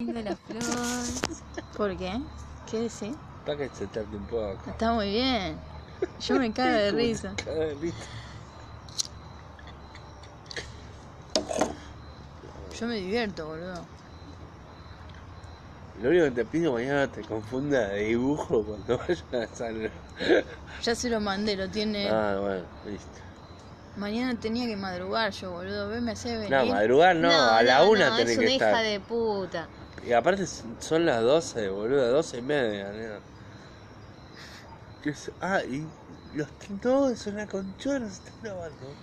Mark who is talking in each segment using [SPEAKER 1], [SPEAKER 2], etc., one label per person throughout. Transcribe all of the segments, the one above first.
[SPEAKER 1] Lindo la flor. ¿Por qué? ¿Qué decís?
[SPEAKER 2] Para que se tarde un poco.
[SPEAKER 1] Está muy bien. Yo me cago de risa.
[SPEAKER 2] Ay, ¿viste?
[SPEAKER 1] Yo me divierto, boludo.
[SPEAKER 2] Lo único que te pido mañana te confunda de dibujo cuando vayas a San
[SPEAKER 1] Ya se lo mandé, lo
[SPEAKER 3] Eh.
[SPEAKER 1] tiene.
[SPEAKER 2] Ah, bueno, listo.
[SPEAKER 1] Mañana tenía que madrugar yo, boludo. Ve, me hace venir.
[SPEAKER 2] No, madrugar no, a la una
[SPEAKER 3] no,
[SPEAKER 2] tenés
[SPEAKER 3] es
[SPEAKER 2] que
[SPEAKER 3] una hija
[SPEAKER 2] estar.
[SPEAKER 3] de puta.
[SPEAKER 2] Y aparte son son las 12, boludo, 12 y media, nena. ¿Qué es? Ah, y los tintos son la conchona, se están grabando.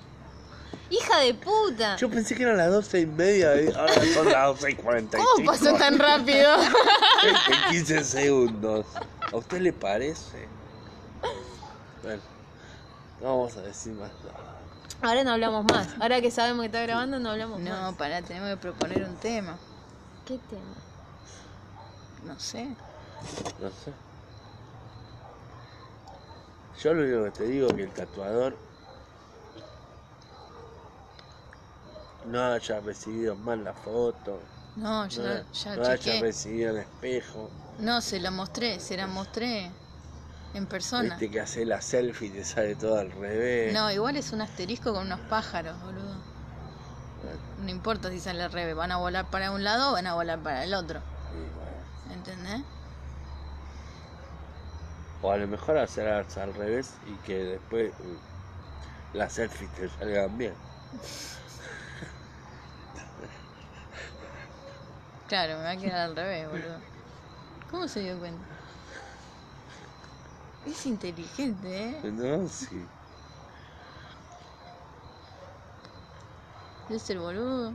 [SPEAKER 3] ¡Hija de puta!
[SPEAKER 2] Yo pensé que eran las 12 y media, y ahora son las 12 y 45.
[SPEAKER 1] ¿Cómo pasó tan rápido?
[SPEAKER 2] En 15 segundos. ¿A usted le parece? Bueno, no vamos a decir más nada.
[SPEAKER 3] Ahora no hablamos más. Ahora que sabemos que está grabando, no hablamos más.
[SPEAKER 1] no, pará, tenemos que proponer un tema.
[SPEAKER 3] ¿Qué tema?
[SPEAKER 1] No sé.
[SPEAKER 2] No sé. Yo lo único que te digo es que el tatuador no haya recibido mal la foto,
[SPEAKER 1] No,
[SPEAKER 2] no,
[SPEAKER 1] yo lo- ya
[SPEAKER 2] no haya
[SPEAKER 1] chequé.
[SPEAKER 2] recibido el espejo,
[SPEAKER 1] No, se la mostré, se la mostré en persona.
[SPEAKER 2] viste que hace la selfie y te sale todo al revés.
[SPEAKER 1] No, igual es un asterisco con unos pájaros, boludo. No importa si sale al revés, van a volar para un lado o van a volar para el otro.
[SPEAKER 2] Y bueno,
[SPEAKER 1] ¿Entendés?
[SPEAKER 2] O a lo mejor hacer al al revés y que después mm, las selfies te salgan bien.
[SPEAKER 1] Claro, me va a quedar al revés, boludo. ¿Cómo se dio cuenta? Es inteligente, ¿eh?
[SPEAKER 2] ¿No? Sí.
[SPEAKER 1] Es el boludo.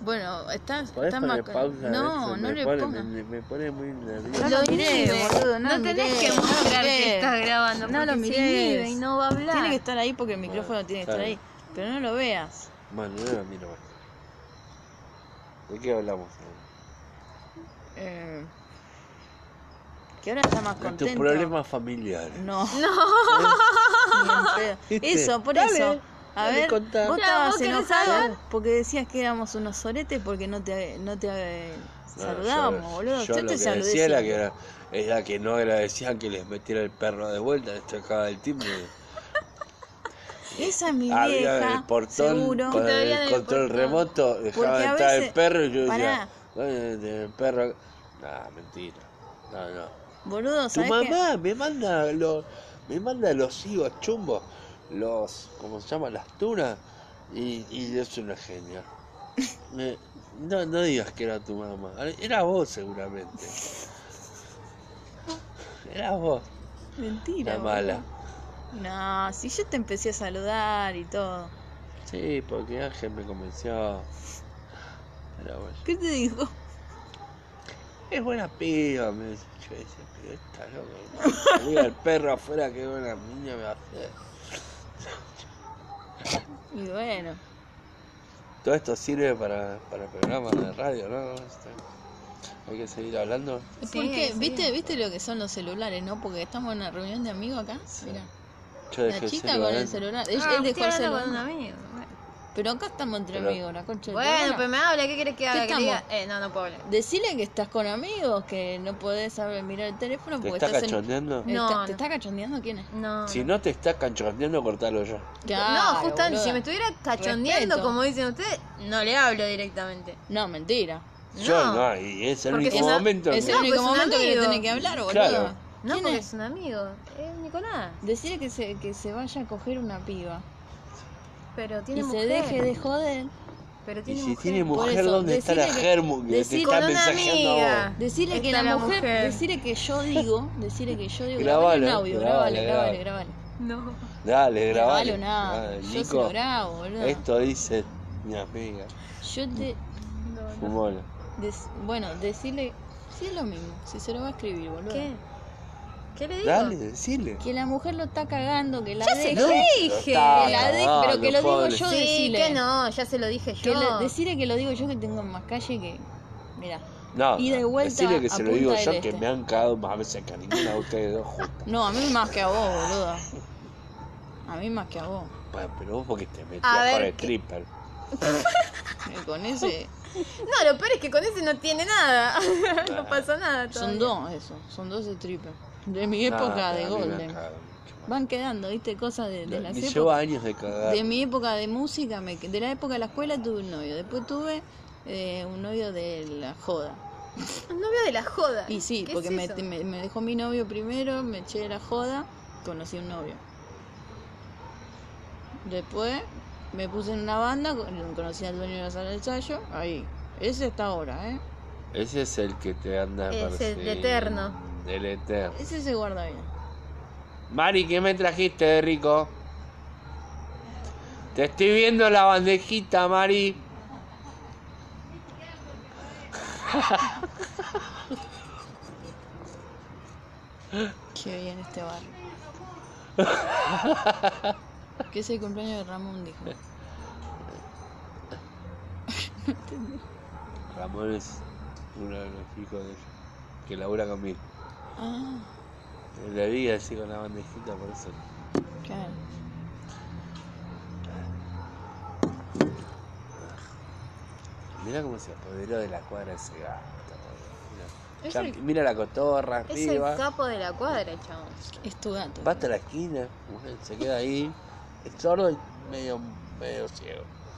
[SPEAKER 1] Bueno, está,
[SPEAKER 2] ¿Podés
[SPEAKER 1] está
[SPEAKER 2] poner
[SPEAKER 1] maca-
[SPEAKER 2] pausa a
[SPEAKER 1] No,
[SPEAKER 2] eso?
[SPEAKER 1] no
[SPEAKER 2] me
[SPEAKER 1] le
[SPEAKER 2] pone,
[SPEAKER 1] pongas.
[SPEAKER 2] Me, me pone muy
[SPEAKER 1] No
[SPEAKER 2] nervioso.
[SPEAKER 1] lo miré, boludo, no
[SPEAKER 3] No,
[SPEAKER 1] lo
[SPEAKER 3] tenés
[SPEAKER 1] miré,
[SPEAKER 3] que
[SPEAKER 1] no lo
[SPEAKER 3] mostrar
[SPEAKER 1] miré.
[SPEAKER 3] que estás grabando.
[SPEAKER 1] No lo
[SPEAKER 3] porque se
[SPEAKER 1] mirés.
[SPEAKER 3] inhibe y no va a hablar. Ah,
[SPEAKER 1] Tiene que estar ahí porque el micrófono
[SPEAKER 2] Bueno,
[SPEAKER 1] tiene que
[SPEAKER 2] claro.
[SPEAKER 1] estar ahí. Pero no lo veas.
[SPEAKER 2] Bueno, no la miro más. ¿De qué hablamos?
[SPEAKER 1] Eh, que ahora está más
[SPEAKER 2] De tus
[SPEAKER 1] contento.
[SPEAKER 2] problemas familiares.
[SPEAKER 1] No. No.
[SPEAKER 2] ¿Viste?
[SPEAKER 1] Eso, por
[SPEAKER 2] Dale,
[SPEAKER 1] eso. A
[SPEAKER 2] dale,
[SPEAKER 1] ver,
[SPEAKER 2] contá.
[SPEAKER 1] vos
[SPEAKER 3] Ya,
[SPEAKER 1] estabas
[SPEAKER 3] vos querés
[SPEAKER 1] enojado
[SPEAKER 3] saber.
[SPEAKER 1] porque decías que éramos unos soretes porque no te, no te eh, saludábamos,
[SPEAKER 2] yo,
[SPEAKER 1] boludo.
[SPEAKER 2] Yo,
[SPEAKER 1] Yo,
[SPEAKER 2] lo
[SPEAKER 1] te
[SPEAKER 2] que
[SPEAKER 1] saludé.
[SPEAKER 2] decía era que,
[SPEAKER 1] siempre.
[SPEAKER 2] era, era que no agradecían que les metiera el perro de vuelta, les tocaba el timbre.
[SPEAKER 1] Esa es mi
[SPEAKER 2] Había
[SPEAKER 1] vieja,
[SPEAKER 2] el portón
[SPEAKER 1] seguro.
[SPEAKER 2] con
[SPEAKER 3] Todavía
[SPEAKER 2] el
[SPEAKER 3] en el
[SPEAKER 2] control
[SPEAKER 3] portón.
[SPEAKER 2] remoto, dejaba
[SPEAKER 1] Porque a
[SPEAKER 2] entrar el
[SPEAKER 1] veces-
[SPEAKER 2] perro y yo
[SPEAKER 1] Pará.
[SPEAKER 2] decía, "¿Dónde tiene el perro? No, mentira. No, no.
[SPEAKER 1] Boludo,
[SPEAKER 2] Tu
[SPEAKER 1] ¿sabés qué?
[SPEAKER 2] mamá me manda los me manda los higos chumbos, los ¿cómo se llama? las tunas y, y es una genia. Me- no, no digas que era tu mamá, era vos seguramente. Era vos,
[SPEAKER 1] Mentira.
[SPEAKER 2] la
[SPEAKER 1] boludo.
[SPEAKER 2] mala.
[SPEAKER 1] No, si yo te empecé a saludar y todo.
[SPEAKER 2] Sí, porque Ángel me convenció. Era bueno.
[SPEAKER 1] ¿Qué te dijo?
[SPEAKER 2] Es buena piba, me dice. Yo decía, pero esta loca. Mira el perro afuera que buena niña me va a hacer.
[SPEAKER 1] Y bueno,
[SPEAKER 2] Todo esto sirve para, para programas de radio, ¿no? Este, Hay que seguir hablando.
[SPEAKER 1] ¿Por
[SPEAKER 3] Sí,
[SPEAKER 1] qué?
[SPEAKER 3] sí.
[SPEAKER 1] ¿Viste, ¿Viste lo que son los celulares, no? Porque estamos en una reunión de amigos acá. Mirá.
[SPEAKER 2] Yo
[SPEAKER 1] La chica con el celular. Él,
[SPEAKER 3] Ah,
[SPEAKER 1] él dejó
[SPEAKER 3] estoy
[SPEAKER 1] el
[SPEAKER 3] hablando con un
[SPEAKER 1] celular.
[SPEAKER 3] amigo. Bueno,
[SPEAKER 1] Pero acá estamos entre
[SPEAKER 2] Pero-
[SPEAKER 1] amigos, la concha de tu
[SPEAKER 3] Bueno,
[SPEAKER 1] hermana.
[SPEAKER 3] pero me habla. ¿Qué querés que haga?
[SPEAKER 1] ¿Qué
[SPEAKER 3] ¿Que diga?
[SPEAKER 1] estamos?
[SPEAKER 3] Eh, no, no puedo hablar.
[SPEAKER 1] Decile que estás con amigos, que no podés abrir- mirar el teléfono
[SPEAKER 2] ¿Te
[SPEAKER 1] porque
[SPEAKER 2] está
[SPEAKER 1] estás en-
[SPEAKER 2] cachondeando?
[SPEAKER 1] ¿Está-
[SPEAKER 3] No,
[SPEAKER 1] ¿Te
[SPEAKER 3] no.
[SPEAKER 1] está cachondeando quién es?
[SPEAKER 3] No.
[SPEAKER 2] Si no te está cachondeando, cortalo ya.
[SPEAKER 1] Claro,
[SPEAKER 3] no, justamente,
[SPEAKER 1] boluda.
[SPEAKER 3] si me estuviera cachondeando,
[SPEAKER 1] Respeto.
[SPEAKER 3] como dicen ustedes, no le hablo directamente.
[SPEAKER 1] No, mentira.
[SPEAKER 2] Yo
[SPEAKER 3] No.
[SPEAKER 2] no, y es el
[SPEAKER 3] Porque
[SPEAKER 2] único
[SPEAKER 3] si no-
[SPEAKER 2] momento.
[SPEAKER 1] Es
[SPEAKER 2] que-
[SPEAKER 1] el
[SPEAKER 3] No,
[SPEAKER 1] único
[SPEAKER 3] pues un
[SPEAKER 1] momento que le
[SPEAKER 3] amigo.
[SPEAKER 1] tenés que hablar, boludo.
[SPEAKER 2] Claro.
[SPEAKER 3] No,
[SPEAKER 1] ¿Quién
[SPEAKER 3] porque
[SPEAKER 1] es?
[SPEAKER 3] es un amigo. Es Nicolás.
[SPEAKER 1] Decile que se, que se vaya a coger una piba
[SPEAKER 3] Pero tiene
[SPEAKER 1] y
[SPEAKER 3] mujer.
[SPEAKER 1] se deje de joder.
[SPEAKER 3] Pero
[SPEAKER 2] Y
[SPEAKER 3] tiene
[SPEAKER 2] si
[SPEAKER 3] mujer.
[SPEAKER 2] tiene
[SPEAKER 1] Por
[SPEAKER 2] mujer,
[SPEAKER 1] eso,
[SPEAKER 2] ¿dónde está la
[SPEAKER 1] decile que-
[SPEAKER 2] germu que te
[SPEAKER 1] decile-
[SPEAKER 2] está
[SPEAKER 3] Con una
[SPEAKER 2] mensajeando a
[SPEAKER 3] amiga.
[SPEAKER 2] vos?
[SPEAKER 1] Decirle que
[SPEAKER 3] Está
[SPEAKER 1] la,
[SPEAKER 3] la
[SPEAKER 1] mujer,
[SPEAKER 3] mujer.
[SPEAKER 1] decirle que yo digo, decirle que yo digo,
[SPEAKER 2] Grabalo,
[SPEAKER 1] grabale un audio, grabale, grabale,
[SPEAKER 2] grabale, grabale.
[SPEAKER 1] grabale.
[SPEAKER 3] No.
[SPEAKER 2] Dale,
[SPEAKER 1] Grabale
[SPEAKER 2] grabalo.
[SPEAKER 1] un audio,
[SPEAKER 2] Dale,
[SPEAKER 1] yo se lo
[SPEAKER 2] Nico,
[SPEAKER 1] grabo, boludo.
[SPEAKER 2] esto dice mi amiga.
[SPEAKER 1] Yo te
[SPEAKER 3] No, no.
[SPEAKER 2] Fumola.
[SPEAKER 1] des- bueno, decirle, sí es lo mismo, si se lo va a escribir, boludo.
[SPEAKER 3] ¿Qué? ¿Qué le digo?
[SPEAKER 2] Dale, decile.
[SPEAKER 1] Que la mujer lo está cagando, que la
[SPEAKER 3] Ya se
[SPEAKER 1] deje,
[SPEAKER 3] lo dije.
[SPEAKER 1] que la deje,
[SPEAKER 2] Ah,
[SPEAKER 1] pero que lo
[SPEAKER 2] lo
[SPEAKER 1] digo
[SPEAKER 2] pobre.
[SPEAKER 1] yo,
[SPEAKER 3] sí,
[SPEAKER 1] decirle.
[SPEAKER 3] que no, ya se lo dije yo.
[SPEAKER 1] Que le- decirle que lo digo yo que tengo más calle que mira.
[SPEAKER 2] No,
[SPEAKER 1] Ida y
[SPEAKER 2] no,
[SPEAKER 1] vuelta
[SPEAKER 2] decile que
[SPEAKER 1] a
[SPEAKER 2] se lo
[SPEAKER 1] Punta
[SPEAKER 2] digo
[SPEAKER 1] del
[SPEAKER 2] yo que
[SPEAKER 1] Este.
[SPEAKER 2] me han cagado más veces que a ninguna de ustedes dos juntas.
[SPEAKER 1] No, a mí más que a vos, boludo. A mí más que a vos.
[SPEAKER 2] Bueno, pero vos porque te metías
[SPEAKER 3] A ver,
[SPEAKER 2] con el
[SPEAKER 3] ¿qué?
[SPEAKER 2] stripper.
[SPEAKER 1] Eh, con ese.
[SPEAKER 3] No, lo peor es que con ese no tiene nada. no pasa nada.
[SPEAKER 1] Son
[SPEAKER 3] todavía.
[SPEAKER 1] dos eso, son dos strippers. De mi
[SPEAKER 2] Nah,
[SPEAKER 1] época de
[SPEAKER 2] pero a mí me
[SPEAKER 1] Golden.
[SPEAKER 2] cagan mucho
[SPEAKER 1] Van quedando, viste, cosas de, de
[SPEAKER 2] más.
[SPEAKER 1] las
[SPEAKER 2] Me
[SPEAKER 1] épocas.
[SPEAKER 2] llevo años de cagar.
[SPEAKER 1] De mi época de música, me- de la época de la escuela tuve un novio. Después tuve eh, un novio de la joda.
[SPEAKER 3] Un novio de la joda.
[SPEAKER 1] Y sí,
[SPEAKER 3] ¿Qué
[SPEAKER 1] porque
[SPEAKER 3] es
[SPEAKER 1] me-
[SPEAKER 3] eso?
[SPEAKER 1] me, me dejó mi novio primero, me eché de la joda, conocí un novio. Después me puse en una banda, con- conocí al dueño de la sala de ensayo, ahí. Ese está ahora, ¿eh?
[SPEAKER 2] Ese es el que te anda
[SPEAKER 3] Es el
[SPEAKER 2] persiguiendo,
[SPEAKER 3] eterno.
[SPEAKER 2] El eterno.
[SPEAKER 1] Ese se guarda bien.
[SPEAKER 2] Mari, ¿qué me trajiste de rico? Te estoy viendo la bandejita, Mari.
[SPEAKER 1] Qué bien este barrio. que es el cumpleaños de Ramón, dijo.
[SPEAKER 2] Ramón es uno de los hijos de que labura conmigo.
[SPEAKER 1] Ah,
[SPEAKER 2] Le vi así con la bandejita, por eso.
[SPEAKER 1] claro.
[SPEAKER 2] Mira cómo se apoderó de la cuadra ese gato. Mira,
[SPEAKER 3] Es
[SPEAKER 2] Ya,
[SPEAKER 3] el-
[SPEAKER 2] mira la cotorra
[SPEAKER 3] Es el
[SPEAKER 2] arriba.
[SPEAKER 3] capo de la cuadra, chabón.
[SPEAKER 1] Es tu gato.
[SPEAKER 2] Va hasta la esquina, mujer, se queda ahí. Es sordo y medio, medio ciego.